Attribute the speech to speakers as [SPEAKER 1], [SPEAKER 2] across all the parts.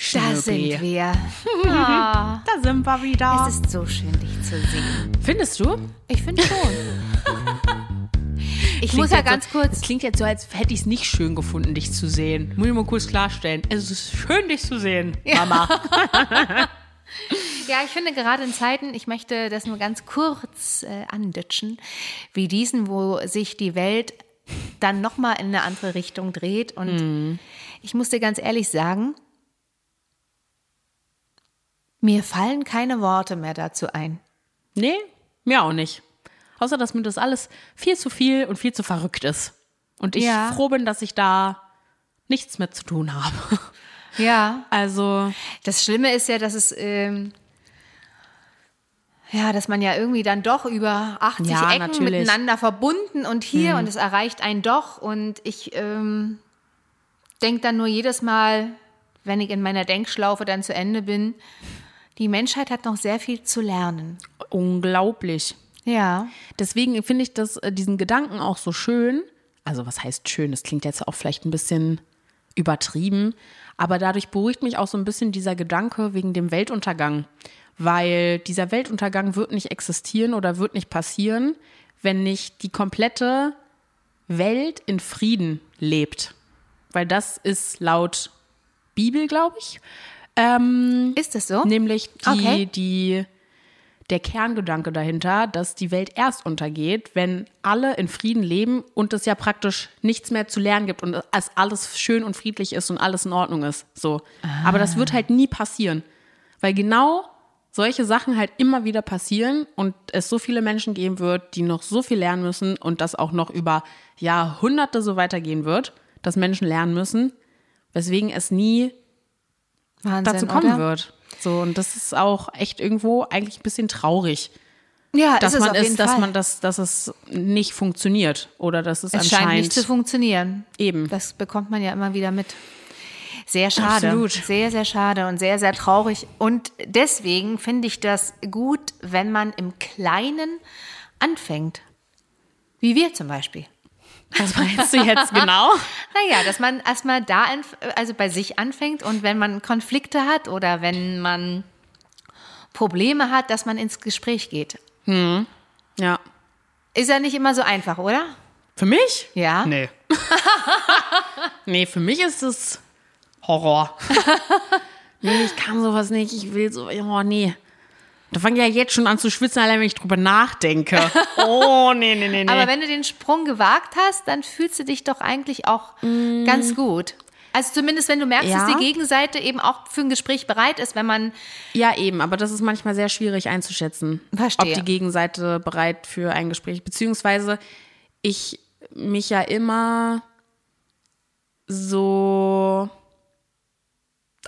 [SPEAKER 1] sind
[SPEAKER 2] Baby.
[SPEAKER 1] wir. Ah,
[SPEAKER 2] Da sind wir wieder.
[SPEAKER 1] es ist so schön, dich zu sehen.
[SPEAKER 2] Findest du?
[SPEAKER 1] Ich finde schon. Ich
[SPEAKER 2] Klingt
[SPEAKER 1] muss ja
[SPEAKER 2] jetzt
[SPEAKER 1] ganz
[SPEAKER 2] so, Es
[SPEAKER 1] kurz.
[SPEAKER 2] klingt jetzt so, als hätte ich es nicht schön gefunden, dich zu sehen. Muss ich mal kurz klarstellen. Es ist schön, dich zu sehen, Mama.
[SPEAKER 1] Ja, ich finde gerade in Zeiten, ich möchte das nur ganz kurz äh, anditschen, wie diesen, wo sich die Welt dann nochmal in eine andere Richtung dreht. Und ich muss dir ganz ehrlich sagen, mir fallen keine Worte mehr dazu ein.
[SPEAKER 2] Nee, mir auch nicht. Außer, dass mir das alles viel zu viel und viel zu verrückt ist. Und ich
[SPEAKER 1] Ja.
[SPEAKER 2] froh bin, dass ich da nichts mit zu tun habe.
[SPEAKER 1] Ja.
[SPEAKER 2] Also,
[SPEAKER 1] Das Schlimme ist ja, dass es. Ähm, ja, dass man ja irgendwie dann doch über 80
[SPEAKER 2] Ja,
[SPEAKER 1] Ecken
[SPEAKER 2] natürlich. Mhm.
[SPEAKER 1] miteinander verbunden und hier und es erreicht einen doch. Und ich ähm, denke dann nur jedes Mal, wenn ich in meiner Denkschlaufe dann zu Ende bin, die Menschheit hat noch sehr viel zu lernen.
[SPEAKER 2] unglaublich.
[SPEAKER 1] Ja.
[SPEAKER 2] Deswegen finde ich das, äh, diesen Gedanken auch so schön. Also, was heißt schön? Das klingt jetzt auch vielleicht ein bisschen übertrieben. Aber dadurch beruhigt mich auch so ein bisschen dieser Gedanke wegen dem Weltuntergang. Weil dieser Weltuntergang wird nicht existieren oder wird nicht passieren, wenn nicht die komplette Welt in Frieden lebt. Weil das ist laut Bibel, glaube ich,
[SPEAKER 1] Ist es so?
[SPEAKER 2] Nämlich die,
[SPEAKER 1] Genau. Okay.
[SPEAKER 2] die, der Kerngedanke dahinter, dass die Welt erst untergeht, wenn alle in Frieden leben und es ja praktisch nichts mehr zu lernen gibt und es alles schön und friedlich ist und alles in Ordnung ist. So. Aber das wird halt nie passieren, weil genau solche Sachen halt immer wieder passieren und es so viele Menschen geben wird, die noch so viel lernen müssen und das auch noch über Jahrhunderte so weitergehen wird, dass Menschen lernen müssen, weswegen es nie
[SPEAKER 1] Wahnsinn,
[SPEAKER 2] dazu kommen
[SPEAKER 1] oder?
[SPEAKER 2] wird. So, und das ist auch echt irgendwo eigentlich ein bisschen traurig,
[SPEAKER 1] Ja,
[SPEAKER 2] dass
[SPEAKER 1] ist es
[SPEAKER 2] man
[SPEAKER 1] auf
[SPEAKER 2] es,
[SPEAKER 1] jeden
[SPEAKER 2] dass
[SPEAKER 1] Fall.
[SPEAKER 2] man das, dass es nicht funktioniert oder dass es,
[SPEAKER 1] es
[SPEAKER 2] anscheinend
[SPEAKER 1] scheint nicht zu funktionieren.
[SPEAKER 2] eben.
[SPEAKER 1] Das bekommt man ja immer wieder mit. Sehr schade.
[SPEAKER 2] Absolut.
[SPEAKER 1] Sehr, sehr schade und sehr, sehr traurig. Und deswegen finde ich das gut, wenn man im Kleinen anfängt. Wie wir zum Beispiel.
[SPEAKER 2] Was meinst du jetzt genau?
[SPEAKER 1] Naja, dass man erstmal da, anf- also bei sich anfängt und wenn man Konflikte hat oder wenn man Probleme hat, dass man ins Gespräch geht.
[SPEAKER 2] Ja.
[SPEAKER 1] Ist ja nicht immer so einfach, oder?
[SPEAKER 2] Für mich?
[SPEAKER 1] Ja.
[SPEAKER 2] Nee. nee, für mich ist es Horror. nee, ich kann sowas nicht. Ich will so, oh nee. Da fange ich ja jetzt schon an zu schwitzen, allein wenn ich drüber nachdenke. Oh, nee, nee, nee, nee.
[SPEAKER 1] Aber wenn du den Sprung gewagt hast, dann fühlst du dich doch eigentlich auch ganz gut. Also zumindest, wenn du merkst,
[SPEAKER 2] Mm. Ja.
[SPEAKER 1] dass die Gegenseite eben auch für ein Gespräch bereit ist, wenn man
[SPEAKER 2] Ja, eben, aber das ist manchmal sehr schwierig einzuschätzen,
[SPEAKER 1] Verstehe.
[SPEAKER 2] ob die Gegenseite bereit für ein Gespräch, beziehungsweise ich mich ja immer so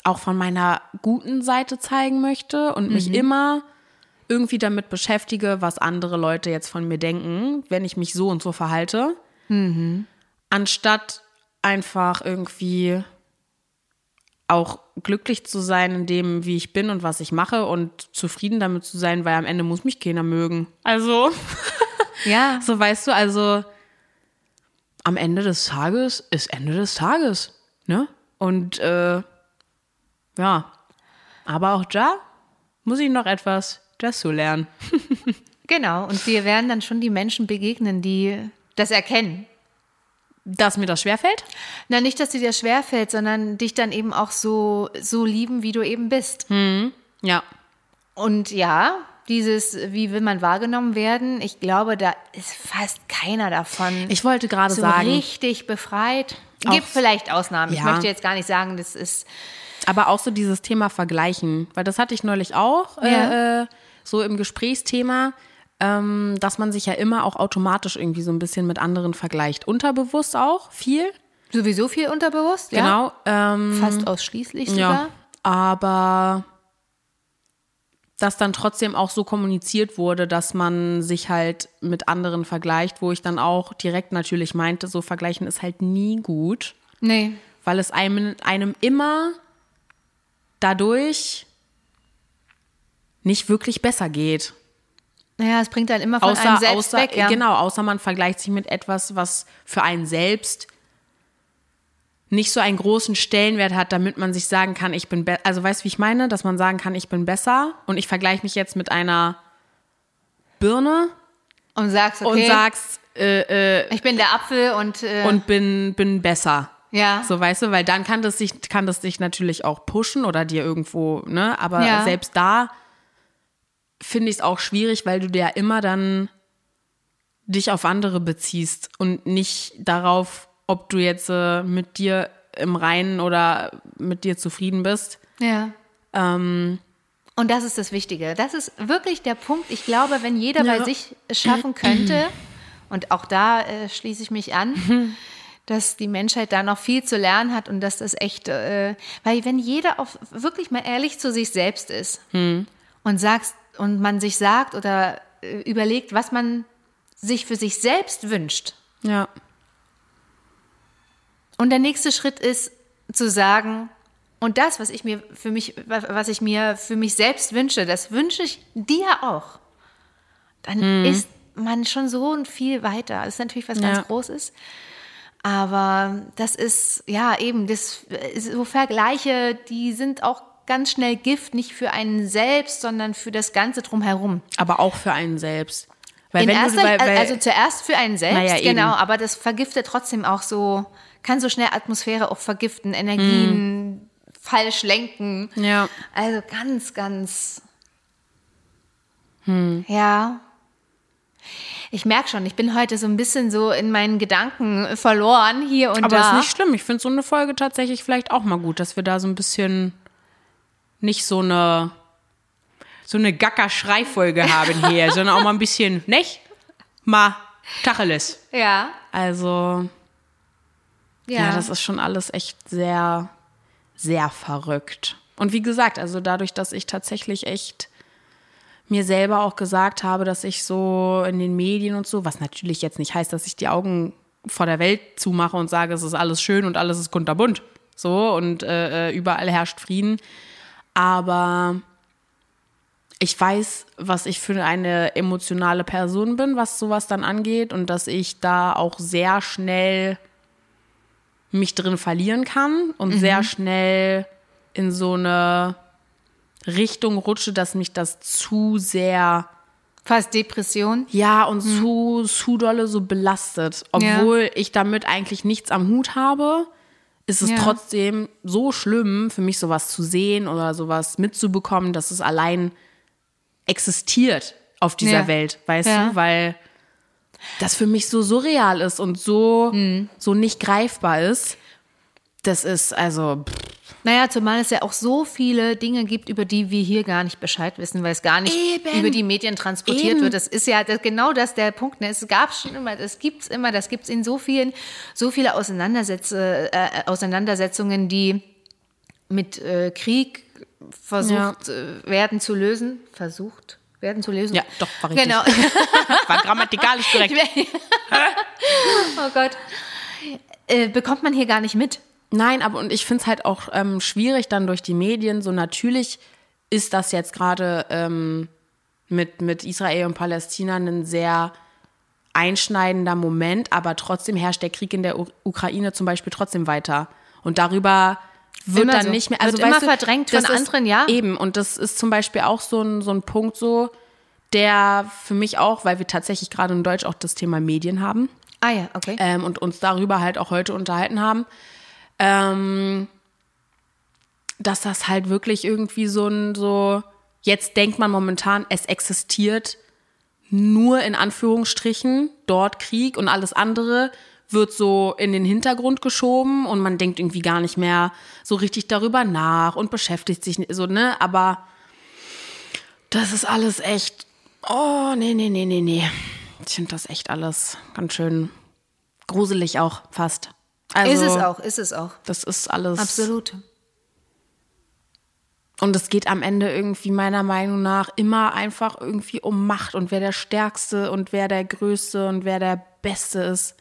[SPEAKER 2] auch von meiner guten Seite zeigen möchte und mich immer irgendwie damit beschäftige, was andere Leute jetzt von mir denken, wenn ich mich so und so verhalte, anstatt einfach irgendwie auch glücklich zu sein in dem, wie ich bin und was ich mache und zufrieden damit zu sein, weil am Ende muss mich keiner mögen. Also,
[SPEAKER 1] ja,
[SPEAKER 2] so weißt du, also am Ende des Tages ist Ende des Tages, ne? Und äh, ja, aber auch da muss ich noch etwas dazu lernen.
[SPEAKER 1] genau. Und dir werden dann schon die Menschen begegnen, die das erkennen.
[SPEAKER 2] Dass mir das schwerfällt?
[SPEAKER 1] Na, nicht, dass dir das schwerfällt, sondern dich dann eben auch so, so lieben, wie du eben bist.
[SPEAKER 2] Hm. Ja.
[SPEAKER 1] Und ja, dieses, wie will man wahrgenommen werden, ich glaube, da ist fast keiner davon.
[SPEAKER 2] Ich wollte gerade
[SPEAKER 1] so
[SPEAKER 2] sagen,
[SPEAKER 1] richtig befreit.
[SPEAKER 2] Auch-
[SPEAKER 1] Gibt vielleicht Ausnahmen. Ich
[SPEAKER 2] Ja.
[SPEAKER 1] möchte jetzt gar nicht sagen, das ist
[SPEAKER 2] Aber auch so dieses Thema Vergleichen, weil das hatte ich neulich auch
[SPEAKER 1] Ja.
[SPEAKER 2] äh, äh, so im Gesprächsthema, ähm, dass man sich ja immer auch automatisch irgendwie so ein bisschen mit anderen vergleicht. Unterbewusst auch viel,
[SPEAKER 1] sowieso viel unterbewusst, ja?
[SPEAKER 2] genau. Ähm,
[SPEAKER 1] Fast ausschließlich
[SPEAKER 2] ja.
[SPEAKER 1] sogar.
[SPEAKER 2] Aber dass dann trotzdem auch so kommuniziert wurde, dass man sich halt mit anderen vergleicht, wo ich dann auch direkt natürlich meinte, so vergleichen ist halt nie gut
[SPEAKER 1] Nee.
[SPEAKER 2] weil es einem, einem immer dadurch nicht wirklich besser geht.
[SPEAKER 1] Naja, es bringt dann immer von einem
[SPEAKER 2] Außer,
[SPEAKER 1] selbst
[SPEAKER 2] außer,
[SPEAKER 1] weg, ja.
[SPEAKER 2] genau, außer man vergleicht sich mit etwas, was für einen selbst nicht so einen großen Stellenwert hat, damit man sich sagen kann, ich bin besser. Also weißt du, wie ich meine? Dass man sagen kann, ich bin besser und ich vergleiche mich jetzt mit einer Birne
[SPEAKER 1] Und sagst, okay,
[SPEAKER 2] und sagst äh, äh,
[SPEAKER 1] ich bin der Apfel und, äh,
[SPEAKER 2] und bin, bin besser.
[SPEAKER 1] ja.
[SPEAKER 2] So weißt du, weil dann kann das sich, kann das dich natürlich auch pushen oder dir irgendwo, ne? Aber
[SPEAKER 1] Ja.
[SPEAKER 2] selbst da finde ich es auch schwierig, weil du dir ja immer dann dich auf andere beziehst und nicht darauf, ob du jetzt äh, mit dir im Reinen oder mit dir zufrieden bist.
[SPEAKER 1] ja.
[SPEAKER 2] Ähm,
[SPEAKER 1] Und das ist das Wichtige. Das ist wirklich der Punkt. Ich glaube, wenn jeder
[SPEAKER 2] Ja.
[SPEAKER 1] bei sich es schaffen könnte, und auch da äh, schließe ich mich an, dass die Menschheit da noch viel zu lernen hat und dass das echt, äh, weil wenn jeder auf, wirklich mal ehrlich zu sich selbst ist
[SPEAKER 2] Hm.
[SPEAKER 1] und sagst und man sich sagt oder äh, überlegt, was man sich für sich selbst wünscht.
[SPEAKER 2] ja.
[SPEAKER 1] Und der nächste Schritt ist zu sagen, und das, was ich mir für mich, was ich mir für mich selbst wünsche, das wünsche ich dir auch. Dann ist man schon so und viel weiter. Das ist natürlich was
[SPEAKER 2] Ja.
[SPEAKER 1] ganz Großes. Aber das ist, ja, eben, das ist so Vergleiche, die sind auch ganz schnell Gift, nicht für einen selbst, sondern für das Ganze drumherum.
[SPEAKER 2] Aber auch für einen selbst. Weil
[SPEAKER 1] In
[SPEAKER 2] wenn
[SPEAKER 1] erster,
[SPEAKER 2] du, weil, weil,
[SPEAKER 1] also zuerst für einen
[SPEAKER 2] Naja,
[SPEAKER 1] selbst,
[SPEAKER 2] eben.
[SPEAKER 1] genau, aber das vergiftet trotzdem auch so, kann so schnell Atmosphäre auch vergiften, Energien falsch lenken.
[SPEAKER 2] Hm. ja.
[SPEAKER 1] Also ganz, ganz.
[SPEAKER 2] Hm.
[SPEAKER 1] Ja. Ich merke schon, ich bin heute so ein bisschen so in meinen Gedanken verloren hier und
[SPEAKER 2] Aber
[SPEAKER 1] da.
[SPEAKER 2] ist nicht schlimm. Ich finde so eine Folge tatsächlich vielleicht auch mal gut, dass wir da so ein bisschen nicht so eine so eine Gacker-Schreifolge haben hier, sondern auch mal ein bisschen, nicht? Mal Tacheles.
[SPEAKER 1] ja,
[SPEAKER 2] Also,
[SPEAKER 1] ja.
[SPEAKER 2] ja. das ist schon alles echt sehr, sehr verrückt. Und wie gesagt, also dadurch, dass ich tatsächlich echt mir selber auch gesagt habe, dass ich so in den Medien und so, was natürlich jetzt nicht heißt, dass ich die Augen vor der Welt zumache und sage, es ist alles schön und alles ist kunterbunt. So und äh, äh, überall herrscht Frieden. Aber ich weiß, was ich für eine emotionale Person bin, was sowas dann angeht und dass ich da auch sehr schnell mich drin verlieren kann und sehr schnell in so eine Richtung rutsche, dass mich das zu sehr,
[SPEAKER 1] Fast Depression.
[SPEAKER 2] ja, und
[SPEAKER 1] Hm.
[SPEAKER 2] zu, zu dolle so belastet. Obwohl ich damit eigentlich nichts am Hut habe, ist es
[SPEAKER 1] Ja.
[SPEAKER 2] trotzdem so schlimm für mich, sowas zu sehen oder sowas mitzubekommen, dass es allein existiert auf dieser
[SPEAKER 1] Ja.
[SPEAKER 2] Welt, weißt
[SPEAKER 1] Ja.
[SPEAKER 2] du, weil das für mich so surreal ist und so,
[SPEAKER 1] Hm.
[SPEAKER 2] so nicht greifbar ist. Das ist also, pff,
[SPEAKER 1] Naja, zumal es ja auch so viele Dinge gibt, über die wir hier gar nicht Bescheid wissen, weil es gar nicht
[SPEAKER 2] Eben.
[SPEAKER 1] über die Medien transportiert
[SPEAKER 2] Eben.
[SPEAKER 1] wird. Das ist ja das, genau das der Punkt. Ne? Es gab schon immer, das gibt's immer, das gibt's in so vielen, so viele Auseinandersetze, äh, Auseinandersetzungen, die mit äh, Krieg versucht äh, werden zu lösen. Versucht werden zu lösen.
[SPEAKER 2] Ja, doch, war richtig.
[SPEAKER 1] Genau.
[SPEAKER 2] war grammatikalisch korrekt.
[SPEAKER 1] oh Gott. Äh, bekommt man hier gar nicht mit.
[SPEAKER 2] Nein, aber und ich finde es halt auch ähm, schwierig dann durch die Medien. So natürlich ist das jetzt gerade ähm, mit, mit Israel und Palästina ein sehr einschneidender Moment, aber trotzdem herrscht der Krieg in der U Ukraine zum Beispiel trotzdem weiter. Und darüber wird
[SPEAKER 1] Immer
[SPEAKER 2] dann
[SPEAKER 1] so.
[SPEAKER 2] nicht mehr.
[SPEAKER 1] Wird
[SPEAKER 2] Also
[SPEAKER 1] immer
[SPEAKER 2] weißt du,
[SPEAKER 1] verdrängt von
[SPEAKER 2] das ist-
[SPEAKER 1] anderen, ja.
[SPEAKER 2] Eben, und das ist zum Beispiel auch so ein, so ein Punkt so, der für mich auch, weil wir tatsächlich gerade in Deutsch auch das Thema Medien haben
[SPEAKER 1] Ah ja, okay.
[SPEAKER 2] ähm, und uns darüber halt auch heute unterhalten haben, ähm, dass das halt wirklich irgendwie so ein, so, jetzt denkt man momentan, es existiert nur in Anführungsstrichen dort Krieg und alles andere wird so in den Hintergrund geschoben und man denkt irgendwie gar nicht mehr so richtig darüber nach und beschäftigt sich so, ne, aber das ist alles echt, oh, nee, nee, nee, nee, nee. Ich finde das echt alles ganz schön gruselig auch fast. Also,
[SPEAKER 1] ist es auch, ist es auch.
[SPEAKER 2] Das ist alles.
[SPEAKER 1] Absolut.
[SPEAKER 2] Und es geht am Ende irgendwie meiner Meinung nach immer einfach irgendwie um Macht und wer der Stärkste und wer der Größte und wer der Beste ist.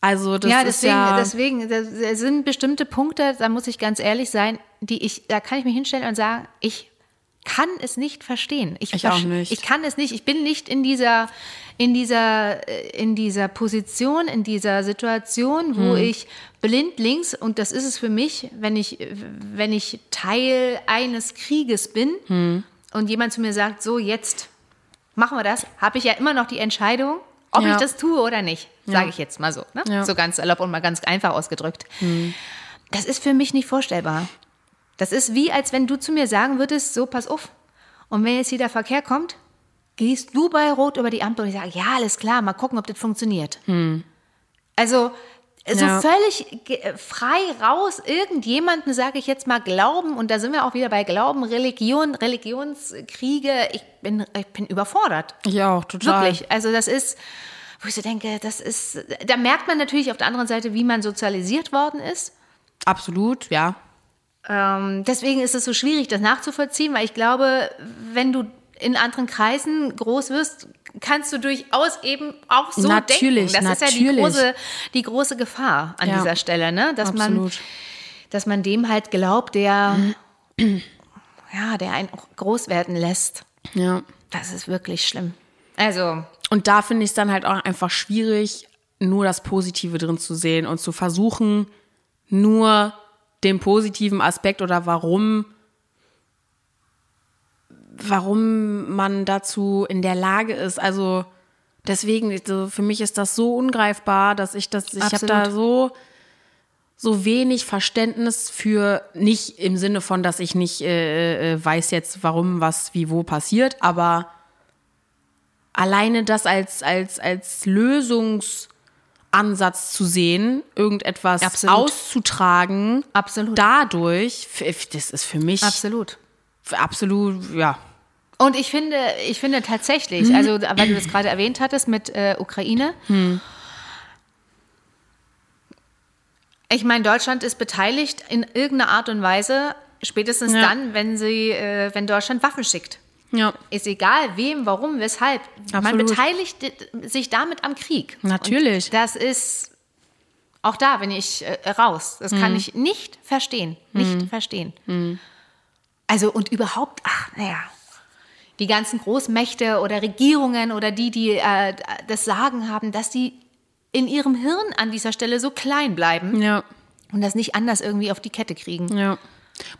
[SPEAKER 2] Also das
[SPEAKER 1] ja,
[SPEAKER 2] ist
[SPEAKER 1] deswegen,
[SPEAKER 2] ja
[SPEAKER 1] deswegen, da da sind bestimmte Punkte, da muss ich ganz ehrlich sein, die ich, da kann ich mich hinstellen und sagen, ich kann es nicht verstehen.
[SPEAKER 2] Ich auch
[SPEAKER 1] versch-
[SPEAKER 2] nicht.
[SPEAKER 1] Ich kann es nicht. Ich bin nicht in dieser, in dieser, äh, in dieser Position, in dieser Situation,
[SPEAKER 2] Hm.
[SPEAKER 1] wo ich blind links, und das ist es für mich, wenn ich, äh, wenn ich Teil eines Krieges bin
[SPEAKER 2] Hm.
[SPEAKER 1] und jemand zu mir sagt, so jetzt machen wir das, habe ich ja immer noch die Entscheidung, ob
[SPEAKER 2] Ja.
[SPEAKER 1] ich das tue oder nicht. Sage ich jetzt mal so. Ne?
[SPEAKER 2] Ja. Hm.
[SPEAKER 1] So ganz salopp und mal ganz einfach ausgedrückt. Das ist für mich nicht vorstellbar. Das ist wie, als wenn du zu mir sagen würdest, so pass auf. Und wenn jetzt hier der Verkehr kommt, gehst du bei Rot über die Ampel und ich sage, ja, alles klar, mal gucken, ob das funktioniert. Also
[SPEAKER 2] Hm.
[SPEAKER 1] so
[SPEAKER 2] Ja.
[SPEAKER 1] völlig ge- äh, frei raus irgendjemanden, sage ich jetzt mal, glauben. Und da sind wir auch wieder bei Glauben, Religion, Religionskriege. Ich bin, ich bin überfordert.
[SPEAKER 2] Ich auch, total.
[SPEAKER 1] Wirklich. Also das ist, wo ich so denke, das ist, da merkt man natürlich auf der anderen Seite, wie man sozialisiert worden ist.
[SPEAKER 2] Absolut, ja.
[SPEAKER 1] Ähm, deswegen ist es so schwierig, das nachzuvollziehen, weil ich glaube, wenn du in anderen Kreisen groß wirst, kannst du durchaus eben auch so
[SPEAKER 2] Natürlich,
[SPEAKER 1] denken. Das ist ja die
[SPEAKER 2] natürlich.
[SPEAKER 1] große, die große Gefahr an
[SPEAKER 2] Ja.
[SPEAKER 1] dieser Stelle, ne? dass, man,
[SPEAKER 2] absolut.
[SPEAKER 1] dass man dem halt glaubt, der, ja, der einen auch groß werden lässt.
[SPEAKER 2] Ja.
[SPEAKER 1] Das ist wirklich schlimm. Also,
[SPEAKER 2] Und da finde ich es dann halt auch einfach schwierig, nur das Positive drin zu sehen und zu versuchen, nur den positiven Aspekt oder warum, warum man dazu in der Lage ist. Also deswegen, so, für mich ist das so ungreifbar, dass ich das, ich habe
[SPEAKER 1] Absolut.
[SPEAKER 2] da so so wenig Verständnis für, nicht im Sinne von, dass ich nicht äh, äh, weiß jetzt, warum, was, wie, wo passiert, aber alleine das als, als, als Lösungsansatz zu sehen, irgendetwas
[SPEAKER 1] Absolut.
[SPEAKER 2] auszutragen,
[SPEAKER 1] absolut.
[SPEAKER 2] dadurch, f- f- das ist für mich
[SPEAKER 1] absolut.
[SPEAKER 2] f- absolut, ja,
[SPEAKER 1] Und ich finde, ich finde tatsächlich, also weil du das gerade erwähnt hattest mit äh, Ukraine. Ich meine, Deutschland ist beteiligt in irgendeiner Art und Weise, spätestens
[SPEAKER 2] Ja.
[SPEAKER 1] dann, wenn sie, äh, wenn Deutschland Waffen schickt.
[SPEAKER 2] ja,
[SPEAKER 1] Ist egal, wem, warum, weshalb. Man
[SPEAKER 2] Absolut.
[SPEAKER 1] beteiligt äh, sich damit am Krieg.
[SPEAKER 2] Natürlich.
[SPEAKER 1] Und das ist, auch da bin ich äh, raus. Das
[SPEAKER 2] Mhm.
[SPEAKER 1] kann ich nicht verstehen. Nicht verstehen. Also und überhaupt, ach, naja. Die ganzen Großmächte oder Regierungen oder die, die äh, das Sagen haben, dass die in ihrem Hirn an dieser Stelle so klein bleiben
[SPEAKER 2] ja,
[SPEAKER 1] und das nicht anders irgendwie auf die Kette kriegen.
[SPEAKER 2] ja.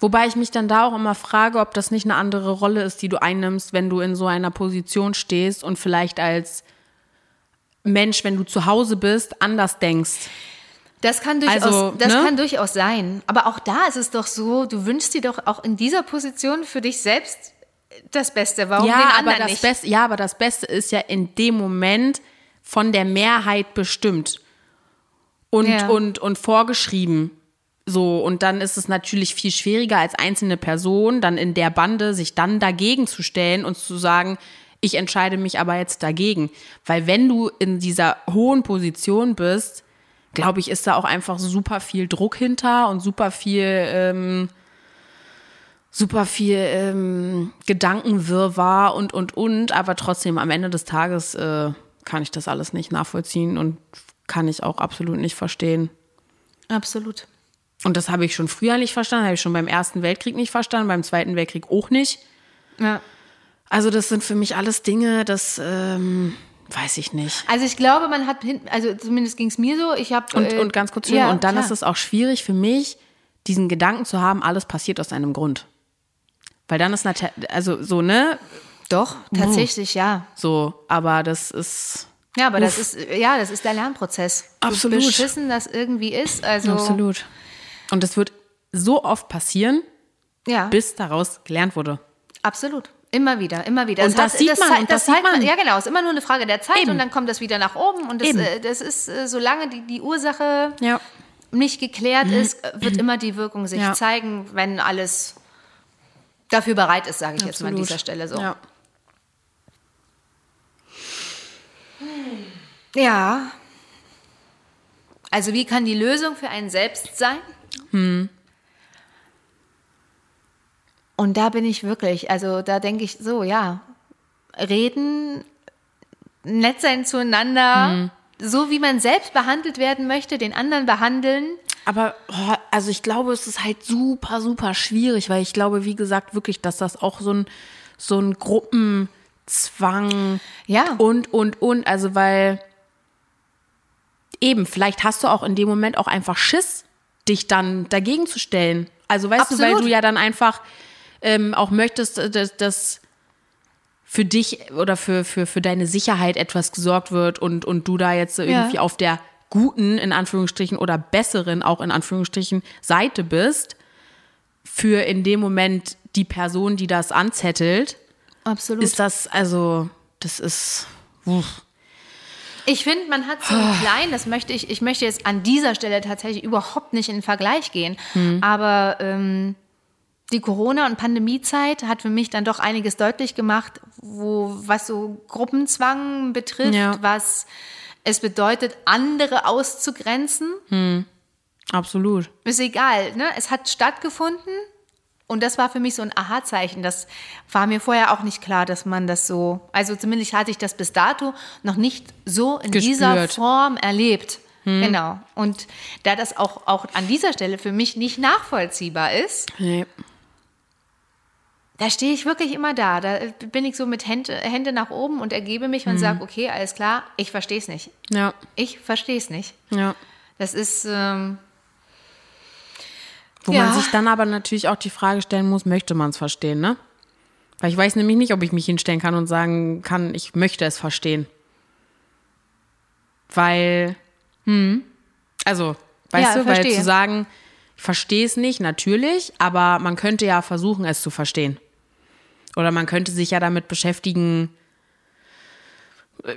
[SPEAKER 2] Wobei ich mich dann da auch immer frage, ob das nicht eine andere Rolle ist, die du einnimmst, wenn du in so einer Position stehst und vielleicht als Mensch, wenn du zu Hause bist, anders denkst.
[SPEAKER 1] Das kann durchaus,
[SPEAKER 2] Also,
[SPEAKER 1] das
[SPEAKER 2] ne?
[SPEAKER 1] kann durchaus sein. Aber auch da ist es doch so, du wünschst dir doch auch in dieser Position für dich selbst äh, das Beste. Warum den anderen
[SPEAKER 2] aber das
[SPEAKER 1] nicht?
[SPEAKER 2] Beste, ja, aber das Beste ist ja in dem Moment von der Mehrheit bestimmt und,
[SPEAKER 1] Ja.
[SPEAKER 2] und, und vorgeschrieben. So, und dann ist es natürlich viel schwieriger als einzelne Person, dann in der Bande sich dann dagegen zu stellen und zu sagen, ich entscheide mich aber jetzt dagegen. Weil wenn du in dieser hohen Position bist, glaube ich, ist da auch einfach super viel Druck hinter und super viel ähm, super viel ähm, Gedankenwirrwarr und, und, und. Aber trotzdem, am Ende des Tages äh, kann ich das alles nicht nachvollziehen und kann ich auch absolut nicht verstehen.
[SPEAKER 1] Absolut.
[SPEAKER 2] Und das habe ich schon früher nicht verstanden, habe ich schon beim Ersten Weltkrieg nicht verstanden, beim Zweiten Weltkrieg auch nicht.
[SPEAKER 1] Ja.
[SPEAKER 2] Also das sind für mich alles Dinge, das ähm, weiß ich nicht.
[SPEAKER 1] Also ich glaube, man hat hinten, also zumindest ging es mir so, ich habe.
[SPEAKER 2] Und, und ganz kurz,
[SPEAKER 1] Äh, ja,
[SPEAKER 2] und dann
[SPEAKER 1] klar.
[SPEAKER 2] ist es auch schwierig für mich, diesen Gedanken zu haben, alles passiert aus einem Grund. Weil dann ist natürlich, also so, ne?
[SPEAKER 1] Doch, tatsächlich, ja.
[SPEAKER 2] So, aber das ist.
[SPEAKER 1] Ja, aber das ist, ja, das ist der Lernprozess.
[SPEAKER 2] Absolut.
[SPEAKER 1] So beschissen das irgendwie ist. Also,
[SPEAKER 2] Absolut. Und das wird so oft passieren,
[SPEAKER 1] Ja,
[SPEAKER 2] bis daraus gelernt wurde.
[SPEAKER 1] absolut. Immer wieder, immer wieder.
[SPEAKER 2] Und das sieht man,
[SPEAKER 1] zei-
[SPEAKER 2] und das sieht
[SPEAKER 1] zeigt
[SPEAKER 2] man.
[SPEAKER 1] Ja, genau. Es ist immer nur eine Frage der Zeit
[SPEAKER 2] Eben.
[SPEAKER 1] und dann kommt das wieder nach oben. Und das,
[SPEAKER 2] Eben.
[SPEAKER 1] äh, das ist, äh, solange die, die Ursache
[SPEAKER 2] Ja.
[SPEAKER 1] nicht geklärt ist, äh, wird immer die Wirkung sich
[SPEAKER 2] Mhm. Ja.
[SPEAKER 1] zeigen, wenn alles dafür bereit ist, sage ich jetzt mal an
[SPEAKER 2] Absolut.
[SPEAKER 1] dieser Stelle so.
[SPEAKER 2] Ja.
[SPEAKER 1] Ja. Also wie kann die Lösung für einen selbst sein?
[SPEAKER 2] Hm.
[SPEAKER 1] Und da bin ich wirklich, also da denke ich so, ja, reden,
[SPEAKER 2] Hm.
[SPEAKER 1] nett sein zueinander, so wie man selbst behandelt werden möchte, den anderen behandeln.
[SPEAKER 2] Aber oh, also ich glaube, es ist halt super, super schwierig, weil ich glaube, wie gesagt, wirklich, dass das auch so ein, so ein Gruppenzwang
[SPEAKER 1] Ja.
[SPEAKER 2] und, und, und, also weil eben, vielleicht hast du auch in dem Moment auch einfach Schiss, dich dann dagegen zu stellen. Also weißt du, weil
[SPEAKER 1] Absolut.
[SPEAKER 2] du ja dann einfach ähm, auch möchtest, äh, dass, dass für dich oder für, für, für deine Sicherheit etwas gesorgt wird und, und du da jetzt irgendwie auf der guten, in Anführungsstrichen, oder besseren, auch in Anführungsstrichen, Seite bist, für in dem Moment die Person, die das anzettelt,
[SPEAKER 1] Absolut.
[SPEAKER 2] ist das, also, das ist, uff.
[SPEAKER 1] Ich finde, man hat so einen kleinen, das möchte ich, ich möchte jetzt an dieser Stelle tatsächlich überhaupt nicht in den Vergleich gehen, aber ähm, die Corona- und Pandemiezeit hat für mich dann doch einiges deutlich gemacht, wo, was so Gruppenzwang betrifft,
[SPEAKER 2] Ja.
[SPEAKER 1] was es bedeutet, andere auszugrenzen.
[SPEAKER 2] absolut.
[SPEAKER 1] Ist egal, ne? es hat stattgefunden und das war für mich so ein Aha-Zeichen. Das war mir vorher auch nicht klar, dass man das so, also zumindest hatte ich das bis dato noch nicht so in
[SPEAKER 2] Gespürt.
[SPEAKER 1] dieser Form erlebt. Genau. Und da das auch, auch an dieser Stelle für mich nicht nachvollziehbar ist,
[SPEAKER 2] Nee.
[SPEAKER 1] da stehe ich wirklich immer da. Da bin ich so mit Hände, Hände nach oben und ergebe mich und sage, okay, alles klar, ich verstehe es nicht.
[SPEAKER 2] Ja,
[SPEAKER 1] Ich verstehe es nicht.
[SPEAKER 2] ja.
[SPEAKER 1] Das ist, ähm,
[SPEAKER 2] Wo
[SPEAKER 1] Ja.
[SPEAKER 2] man sich dann aber natürlich auch die Frage stellen muss, möchte man es verstehen, ne? Weil ich weiß nämlich nicht, ob ich mich hinstellen kann und sagen kann, ich möchte es verstehen. Weil, hm, also, weißt
[SPEAKER 1] Ja,
[SPEAKER 2] du, weil
[SPEAKER 1] verstehe.
[SPEAKER 2] zu sagen, ich verstehe es nicht, natürlich, aber man könnte ja versuchen, es zu verstehen. Oder man könnte sich ja damit beschäftigen, äh,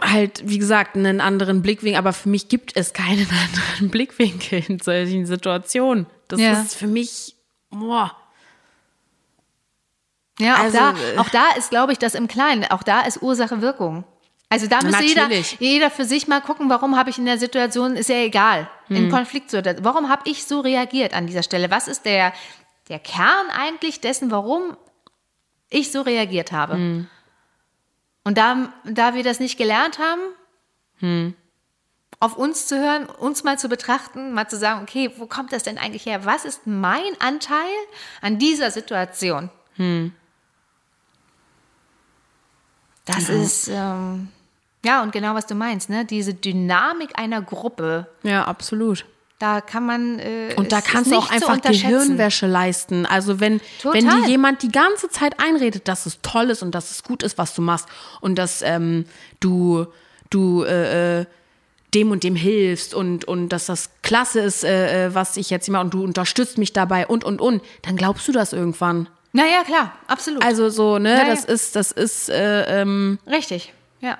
[SPEAKER 2] halt, wie gesagt, einen anderen Blickwinkel, aber für mich gibt es keinen anderen Blickwinkel in solchen Situationen. Das
[SPEAKER 1] Ja.
[SPEAKER 2] ist für mich, boah,
[SPEAKER 1] Ja, auch,
[SPEAKER 2] Also,
[SPEAKER 1] da,
[SPEAKER 2] äh,
[SPEAKER 1] auch da ist, glaube ich, das im Kleinen. Auch da ist Ursache Wirkung. Also da müsste jeder,
[SPEAKER 2] Natürlich.
[SPEAKER 1] jeder für sich mal gucken, warum habe ich in der Situation, ist ja egal, im Konflikt so, warum habe ich so reagiert an dieser Stelle? Was ist der, der Kern eigentlich dessen, warum ich so reagiert habe? Und da, da wir das nicht gelernt haben, auf uns zu hören, uns mal zu betrachten, mal zu sagen, okay, wo kommt das denn eigentlich her? Was ist mein Anteil an dieser Situation? Das ist, ähm, ja, und genau was du meinst, ne? Diese Dynamik einer Gruppe,
[SPEAKER 2] ja, absolut.
[SPEAKER 1] da kann man. Äh,
[SPEAKER 2] Und da
[SPEAKER 1] es ist
[SPEAKER 2] kannst du auch
[SPEAKER 1] nicht zu
[SPEAKER 2] einfach
[SPEAKER 1] unterschätzen.
[SPEAKER 2] Gehirnwäsche leisten. Also wenn,
[SPEAKER 1] Total.
[SPEAKER 2] wenn dir jemand die ganze Zeit einredet, dass es toll ist und dass es gut ist, was du machst und dass ähm, du, du äh, äh, dem und dem hilfst und, und dass das klasse ist, äh, äh, was ich jetzt immer und du unterstützt mich dabei und und und, dann glaubst du das irgendwann.
[SPEAKER 1] Naja, klar, absolut.
[SPEAKER 2] Also so, ne,
[SPEAKER 1] Naja.
[SPEAKER 2] das ist, das ist äh, ähm,
[SPEAKER 1] Richtig, ja.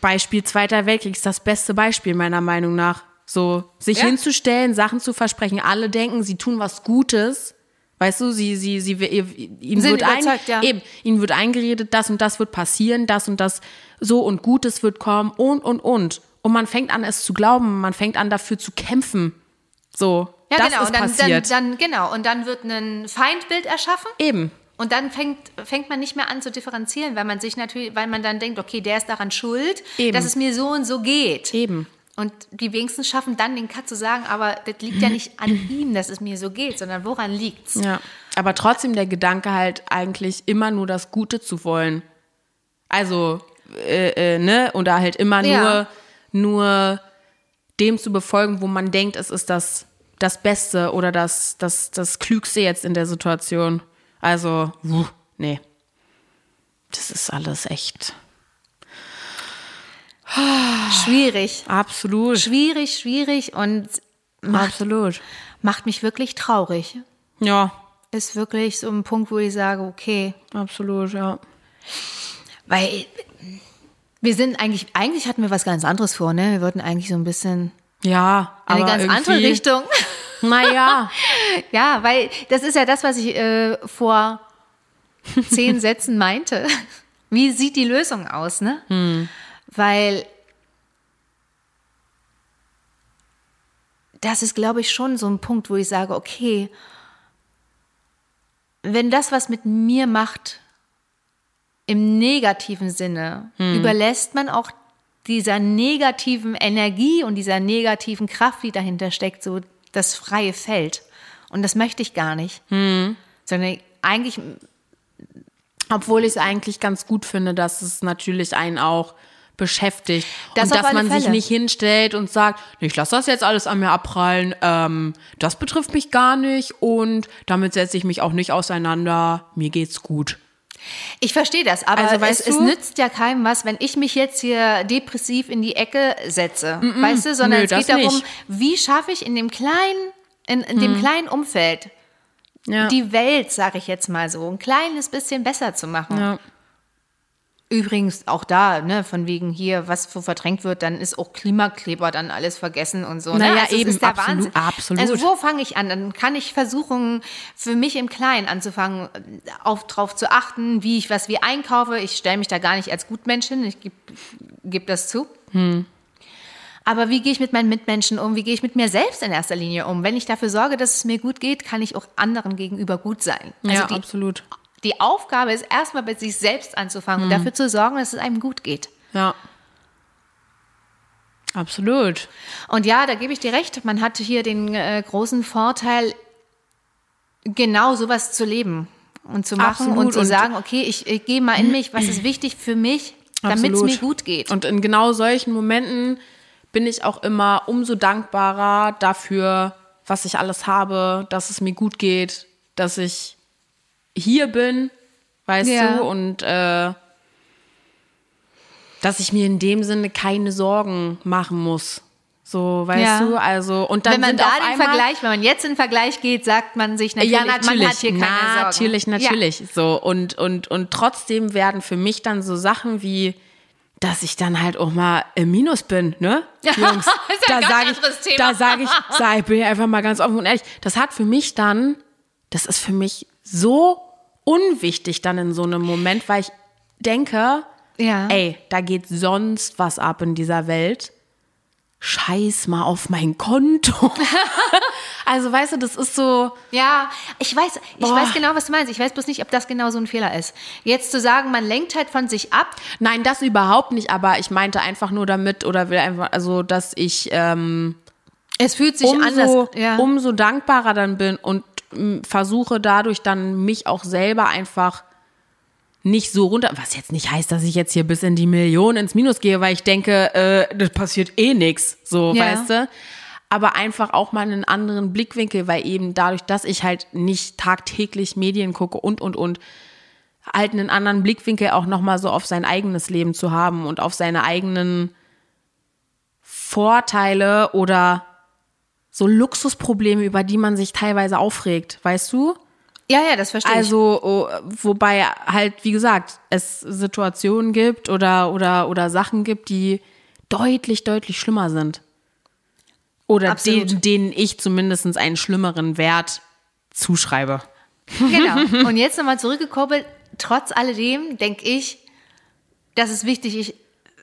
[SPEAKER 2] Beispiel Zweiter Weltkrieg ist das beste Beispiel meiner Meinung nach. So, sich
[SPEAKER 1] Ja.
[SPEAKER 2] hinzustellen, Sachen zu versprechen. Alle denken, sie tun was Gutes. Weißt du, sie, sie, sie, ihr- ihnen
[SPEAKER 1] Sind
[SPEAKER 2] wird, ein,
[SPEAKER 1] überzeugt, ja.
[SPEAKER 2] eben, ihnen wird eingeredet, das und das wird passieren, das und das so und Gutes wird kommen und, und, und. Und man fängt an, es zu glauben, man fängt an, dafür zu kämpfen. So,
[SPEAKER 1] Ja,
[SPEAKER 2] das
[SPEAKER 1] genau.
[SPEAKER 2] ist
[SPEAKER 1] und dann, dann,
[SPEAKER 2] passiert.
[SPEAKER 1] dann, genau. Und dann wird ein Feindbild erschaffen.
[SPEAKER 2] eben,
[SPEAKER 1] Und dann fängt, fängt man nicht mehr an zu differenzieren, weil man sich natürlich, weil man dann denkt, okay, der ist daran schuld,
[SPEAKER 2] Eben.
[SPEAKER 1] dass es mir so und so geht.
[SPEAKER 2] eben.
[SPEAKER 1] Und die wenigsten schaffen dann den Cut zu sagen, aber das liegt ja nicht an ihm, dass es mir so geht, sondern woran liegt's?
[SPEAKER 2] Ja. Aber trotzdem der Gedanke halt eigentlich immer nur das Gute zu wollen. Also, äh, äh, ne? Oder halt immer
[SPEAKER 1] Ja.
[SPEAKER 2] nur, nur dem zu befolgen, wo man denkt, es ist das, das Beste oder das, das, das Klügste jetzt in der Situation. Also, wuh, nee. Das ist alles echt
[SPEAKER 1] Schwierig.
[SPEAKER 2] absolut.
[SPEAKER 1] Schwierig, schwierig und
[SPEAKER 2] Absolut.
[SPEAKER 1] macht mich wirklich traurig.
[SPEAKER 2] Ja,
[SPEAKER 1] Ist wirklich so ein Punkt, wo ich sage, okay,
[SPEAKER 2] absolut, ja.
[SPEAKER 1] weil wir sind eigentlich, eigentlich hatten wir was ganz anderes vor, ne? Wir wollten eigentlich so ein bisschen
[SPEAKER 2] Ja,
[SPEAKER 1] eine
[SPEAKER 2] aber
[SPEAKER 1] ganz andere
[SPEAKER 2] irgendwie-
[SPEAKER 1] Richtung.
[SPEAKER 2] Naja,
[SPEAKER 1] Ja, weil das ist ja das, was ich äh, vor zehn Sätzen meinte. Wie sieht die Lösung aus, ne? Weil das ist, glaube ich, schon so ein Punkt, wo ich sage, okay, wenn das, was mit mir
[SPEAKER 2] Hm.
[SPEAKER 1] macht, im negativen Sinne, überlässt man auch dieser negativen Energie und dieser negativen Kraft, die dahinter steckt, so das freie Feld. Und das möchte ich gar nicht.
[SPEAKER 2] Hm.
[SPEAKER 1] Sondern eigentlich,
[SPEAKER 2] Obwohl ich es eigentlich ganz gut finde, dass es natürlich einen auch beschäftigt.
[SPEAKER 1] Das
[SPEAKER 2] und
[SPEAKER 1] auf
[SPEAKER 2] dass
[SPEAKER 1] alle
[SPEAKER 2] man sich
[SPEAKER 1] Fälle.
[SPEAKER 2] nicht hinstellt und sagt, ich lasse das jetzt alles an mir abprallen, ähm, das betrifft mich gar nicht und damit setze ich mich auch nicht auseinander, mir geht's gut.
[SPEAKER 1] ich verstehe das, aber
[SPEAKER 2] Also, weißt
[SPEAKER 1] es, es
[SPEAKER 2] du-
[SPEAKER 1] nützt ja keinem was, wenn ich mich jetzt hier depressiv in die Ecke setze, weißt du, sondern
[SPEAKER 2] nö,
[SPEAKER 1] es geht
[SPEAKER 2] das
[SPEAKER 1] darum,
[SPEAKER 2] nicht. Hm.
[SPEAKER 1] wie schaffe ich in dem kleinen, in, in dem kleinen Umfeld
[SPEAKER 2] Ja.
[SPEAKER 1] die Welt, sage ich jetzt mal so, ein kleines bisschen besser zu machen.
[SPEAKER 2] ja.
[SPEAKER 1] Übrigens auch da, ne, von wegen hier, was wo verdrängt wird, dann ist auch Klimakleber dann alles vergessen und so. ne?
[SPEAKER 2] Naja,
[SPEAKER 1] es
[SPEAKER 2] eben,
[SPEAKER 1] ist der
[SPEAKER 2] absolut,
[SPEAKER 1] Wahnsinn.
[SPEAKER 2] absolut.
[SPEAKER 1] Also wo fange ich an? Dann kann ich versuchen, für mich im Kleinen anzufangen, auf, drauf zu achten, wie ich was wie einkaufe. Ich stelle mich da gar nicht als Gutmensch hin, ich gebe geb das zu.
[SPEAKER 2] Hm.
[SPEAKER 1] Aber wie gehe ich mit meinen Mitmenschen um? Wie gehe ich mit mir selbst in erster Linie um? Wenn ich dafür sorge, dass es mir gut geht, kann ich auch anderen gegenüber gut sein. Also
[SPEAKER 2] ja,
[SPEAKER 1] die
[SPEAKER 2] absolut.
[SPEAKER 1] die Aufgabe ist erstmal bei sich selbst anzufangen
[SPEAKER 2] Mhm.
[SPEAKER 1] und dafür zu sorgen, dass es einem gut geht.
[SPEAKER 2] Ja. Absolut.
[SPEAKER 1] Und ja, da gebe ich dir recht, man hat hier den äh, großen Vorteil, genau sowas zu leben und zu machen
[SPEAKER 2] Absolut.
[SPEAKER 1] und zu
[SPEAKER 2] Und-
[SPEAKER 1] sagen, okay, ich, ich gehe mal in mich, was ist wichtig für mich, damit es
[SPEAKER 2] Absolut.
[SPEAKER 1] mir gut geht.
[SPEAKER 2] Und in genau solchen Momenten bin ich auch immer umso dankbarer dafür, was ich alles habe, dass es mir gut geht, dass ich hier bin, weißt
[SPEAKER 1] Ja.
[SPEAKER 2] du, und äh, dass ich mir in dem Sinne keine Sorgen machen muss. So, weißt
[SPEAKER 1] Ja.
[SPEAKER 2] du, also und dann
[SPEAKER 1] wenn man
[SPEAKER 2] sind
[SPEAKER 1] da
[SPEAKER 2] auf
[SPEAKER 1] den
[SPEAKER 2] einmal,
[SPEAKER 1] Vergleich, wenn man jetzt in den Vergleich geht, sagt man sich natürlich, man hat hier keine Sorgen.
[SPEAKER 2] Äh, natürlich, natürlich. So und und und trotzdem werden für mich dann so Sachen wie, dass ich dann halt auch mal im Minus bin, ne? Jungs,
[SPEAKER 1] Ist ja ein ganz
[SPEAKER 2] sag
[SPEAKER 1] anderes
[SPEAKER 2] ich,
[SPEAKER 1] Thema.
[SPEAKER 2] da sage ich, sag, ich bin ja einfach mal ganz offen und ehrlich. Das hat für mich dann, das ist für mich so unwichtig dann in so einem Moment, weil ich denke,
[SPEAKER 1] Ja. ja.
[SPEAKER 2] ey, da geht sonst was ab in dieser Welt. Scheiß mal auf mein Konto. also, weißt du, das ist so,
[SPEAKER 1] Ja, ich weiß, ich
[SPEAKER 2] Boah.
[SPEAKER 1] weiß genau, was du meinst. Ich weiß bloß nicht, ob das genau so ein Fehler ist. Jetzt zu sagen, man lenkt halt von sich ab,
[SPEAKER 2] Nein, das überhaupt nicht, aber ich meinte einfach nur damit oder will einfach, also dass ich ähm,
[SPEAKER 1] es fühlt sich
[SPEAKER 2] umso, um
[SPEAKER 1] anders. Ja.
[SPEAKER 2] umso dankbarer dann bin und m, versuche dadurch dann mich auch selber einfach nicht so runter, was jetzt nicht heißt, dass ich jetzt hier bis in die Millionen ins Minus gehe, weil ich denke, äh, das passiert eh nix, so,
[SPEAKER 1] Ja.
[SPEAKER 2] weißt du? Aber einfach auch mal einen anderen Blickwinkel, weil eben dadurch, dass ich halt nicht tagtäglich Medien gucke und, und, und, halt einen anderen Blickwinkel auch nochmal so auf sein eigenes Leben zu haben und auf seine eigenen Vorteile oder so Luxusprobleme, über die man sich teilweise aufregt, weißt du?
[SPEAKER 1] ja, ja, das verstehe ich.
[SPEAKER 2] Also, oh, wobei halt, wie gesagt, es Situationen gibt oder, oder, oder Sachen gibt, die deutlich, deutlich schlimmer sind. Oder
[SPEAKER 1] Absolut.
[SPEAKER 2] den, denen ich zumindest einen schlimmeren Wert zuschreibe.
[SPEAKER 1] Genau. Und jetzt nochmal zurückgekoppelt. Trotz alledem denke ich, dass es wichtig, ich,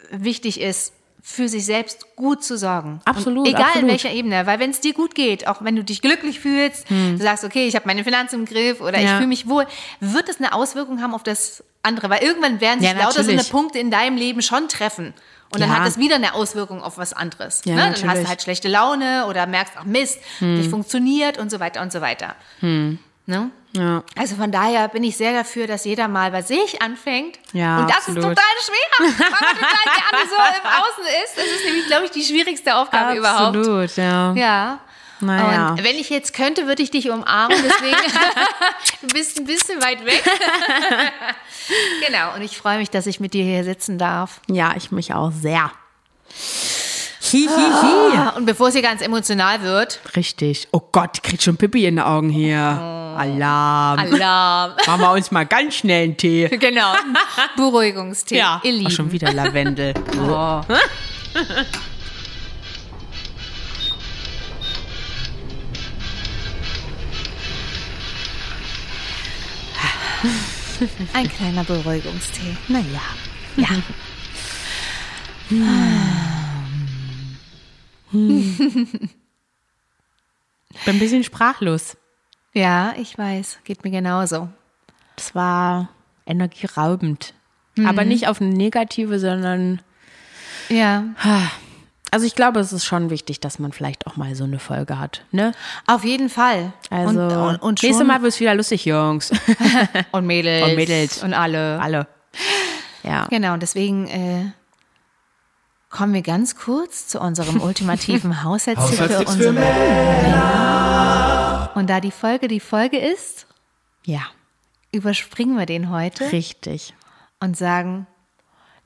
[SPEAKER 1] wichtig ist, für sich selbst gut zu sorgen.
[SPEAKER 2] Absolut,
[SPEAKER 1] Und egal in
[SPEAKER 2] absolut.
[SPEAKER 1] welcher Ebene. Weil wenn es dir gut geht, auch wenn du dich glücklich fühlst, du sagst, okay, ich habe meine Finanzen im Griff oder ich
[SPEAKER 2] Hm. Ja.
[SPEAKER 1] fühle mich wohl, wird es eine Auswirkung haben auf das andere. Weil irgendwann werden sich
[SPEAKER 2] Ja,
[SPEAKER 1] lauter so eine
[SPEAKER 2] natürlich.
[SPEAKER 1] Punkte in deinem Leben schon treffen. Und dann
[SPEAKER 2] Ja.
[SPEAKER 1] hat das wieder eine Auswirkung auf was anderes.
[SPEAKER 2] Ja,
[SPEAKER 1] ne? Dann
[SPEAKER 2] natürlich. Hm.
[SPEAKER 1] hast du halt schlechte Laune oder merkst, ach Mist, nicht funktioniert und so weiter und so weiter. Ne?
[SPEAKER 2] Ja.
[SPEAKER 1] Also von daher bin ich sehr dafür, dass jeder mal bei sich anfängt.
[SPEAKER 2] Ja,
[SPEAKER 1] Und das
[SPEAKER 2] absolut.
[SPEAKER 1] ist total schwer, weil man total gerne so im Außen ist. Das ist nämlich, glaube ich, die schwierigste Aufgabe überhaupt.
[SPEAKER 2] Absolut, Ah, ja.
[SPEAKER 1] Ja.
[SPEAKER 2] Naja.
[SPEAKER 1] Und wenn ich jetzt könnte, würde ich dich umarmen, deswegen du bist ein bisschen weit weg. genau, und ich freue mich, dass ich mit dir hier sitzen darf.
[SPEAKER 2] Ja, ich mich auch sehr. Hi, hi, hi.
[SPEAKER 1] Ah, Und bevor es hier ganz emotional wird,
[SPEAKER 2] Richtig. Oh Gott, die kriegt schon Pippi in den Augen hier. Alarm.
[SPEAKER 1] Oh. Alarm.
[SPEAKER 2] Machen wir uns mal ganz schnell einen Tee.
[SPEAKER 1] genau, Beruhigungstee, ihr
[SPEAKER 2] Oh,
[SPEAKER 1] Lieben.
[SPEAKER 2] schon wieder Lavendel.
[SPEAKER 1] Ein kleiner Beruhigungstee.
[SPEAKER 2] Naja. Ja. Bin ein bisschen sprachlos.
[SPEAKER 1] Ja, ich weiß, geht mir genauso.
[SPEAKER 2] Das Mhm. war energieraubend. Aber nicht auf eine negative, sondern
[SPEAKER 1] Ja.
[SPEAKER 2] Also ich glaube, es ist schon wichtig, dass man vielleicht auch mal so eine Folge hat. Ne?
[SPEAKER 1] Auf jeden Fall.
[SPEAKER 2] Also
[SPEAKER 1] und, und, und schon,
[SPEAKER 2] nächstes Mal wird es wieder lustig, Jungs.
[SPEAKER 1] Und Mädels.
[SPEAKER 2] Und Mädels.
[SPEAKER 1] Und alle.
[SPEAKER 2] Alle. Ja.
[SPEAKER 1] Genau, und deswegen äh, kommen wir ganz kurz zu unserem ultimativen Haushaltstipp für
[SPEAKER 3] Haushaltstipps für
[SPEAKER 1] unsere Und da die Folge die Folge ist,
[SPEAKER 2] Ja,
[SPEAKER 1] überspringen wir den heute
[SPEAKER 2] richtig.
[SPEAKER 1] und sagen,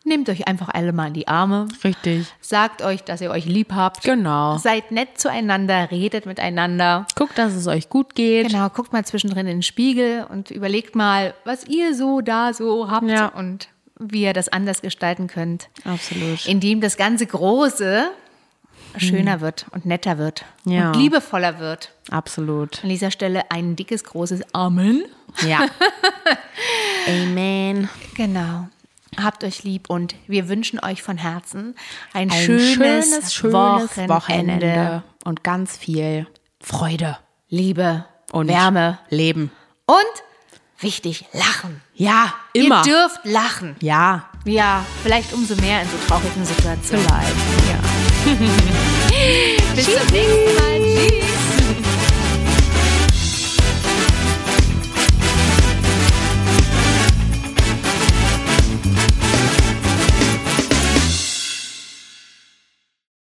[SPEAKER 1] nehmt euch einfach alle mal in die Arme,
[SPEAKER 2] Richtig.
[SPEAKER 1] sagt euch, dass ihr euch lieb habt,
[SPEAKER 2] Genau.
[SPEAKER 1] seid nett zueinander, redet miteinander.
[SPEAKER 2] Guckt, dass es euch gut geht.
[SPEAKER 1] Genau, guckt mal zwischendrin in den Spiegel und überlegt mal, was ihr so da so habt
[SPEAKER 2] Ja.
[SPEAKER 1] und wie ihr das anders gestalten könnt,
[SPEAKER 2] Absolut.
[SPEAKER 1] indem das ganze Große schöner wird und netter wird
[SPEAKER 2] Mhm. Ja.
[SPEAKER 1] und liebevoller wird.
[SPEAKER 2] Absolut.
[SPEAKER 1] An dieser Stelle ein dickes, großes Amen.
[SPEAKER 2] Ja. Amen.
[SPEAKER 1] Genau. Habt euch lieb und wir wünschen euch von Herzen ein,
[SPEAKER 2] Ein
[SPEAKER 1] schönes,
[SPEAKER 2] schönes, schönes Wochenende.
[SPEAKER 1] Wochenende.
[SPEAKER 2] und ganz viel Freude
[SPEAKER 1] Liebe
[SPEAKER 2] und
[SPEAKER 1] Wärme
[SPEAKER 2] Leben.
[SPEAKER 1] und wichtig, lachen.
[SPEAKER 2] Ja, immer.
[SPEAKER 1] Ihr dürft lachen.
[SPEAKER 2] Ja,
[SPEAKER 1] Ja, vielleicht umso mehr in so traurigen Situationen.
[SPEAKER 2] vielleicht.
[SPEAKER 1] Bis zum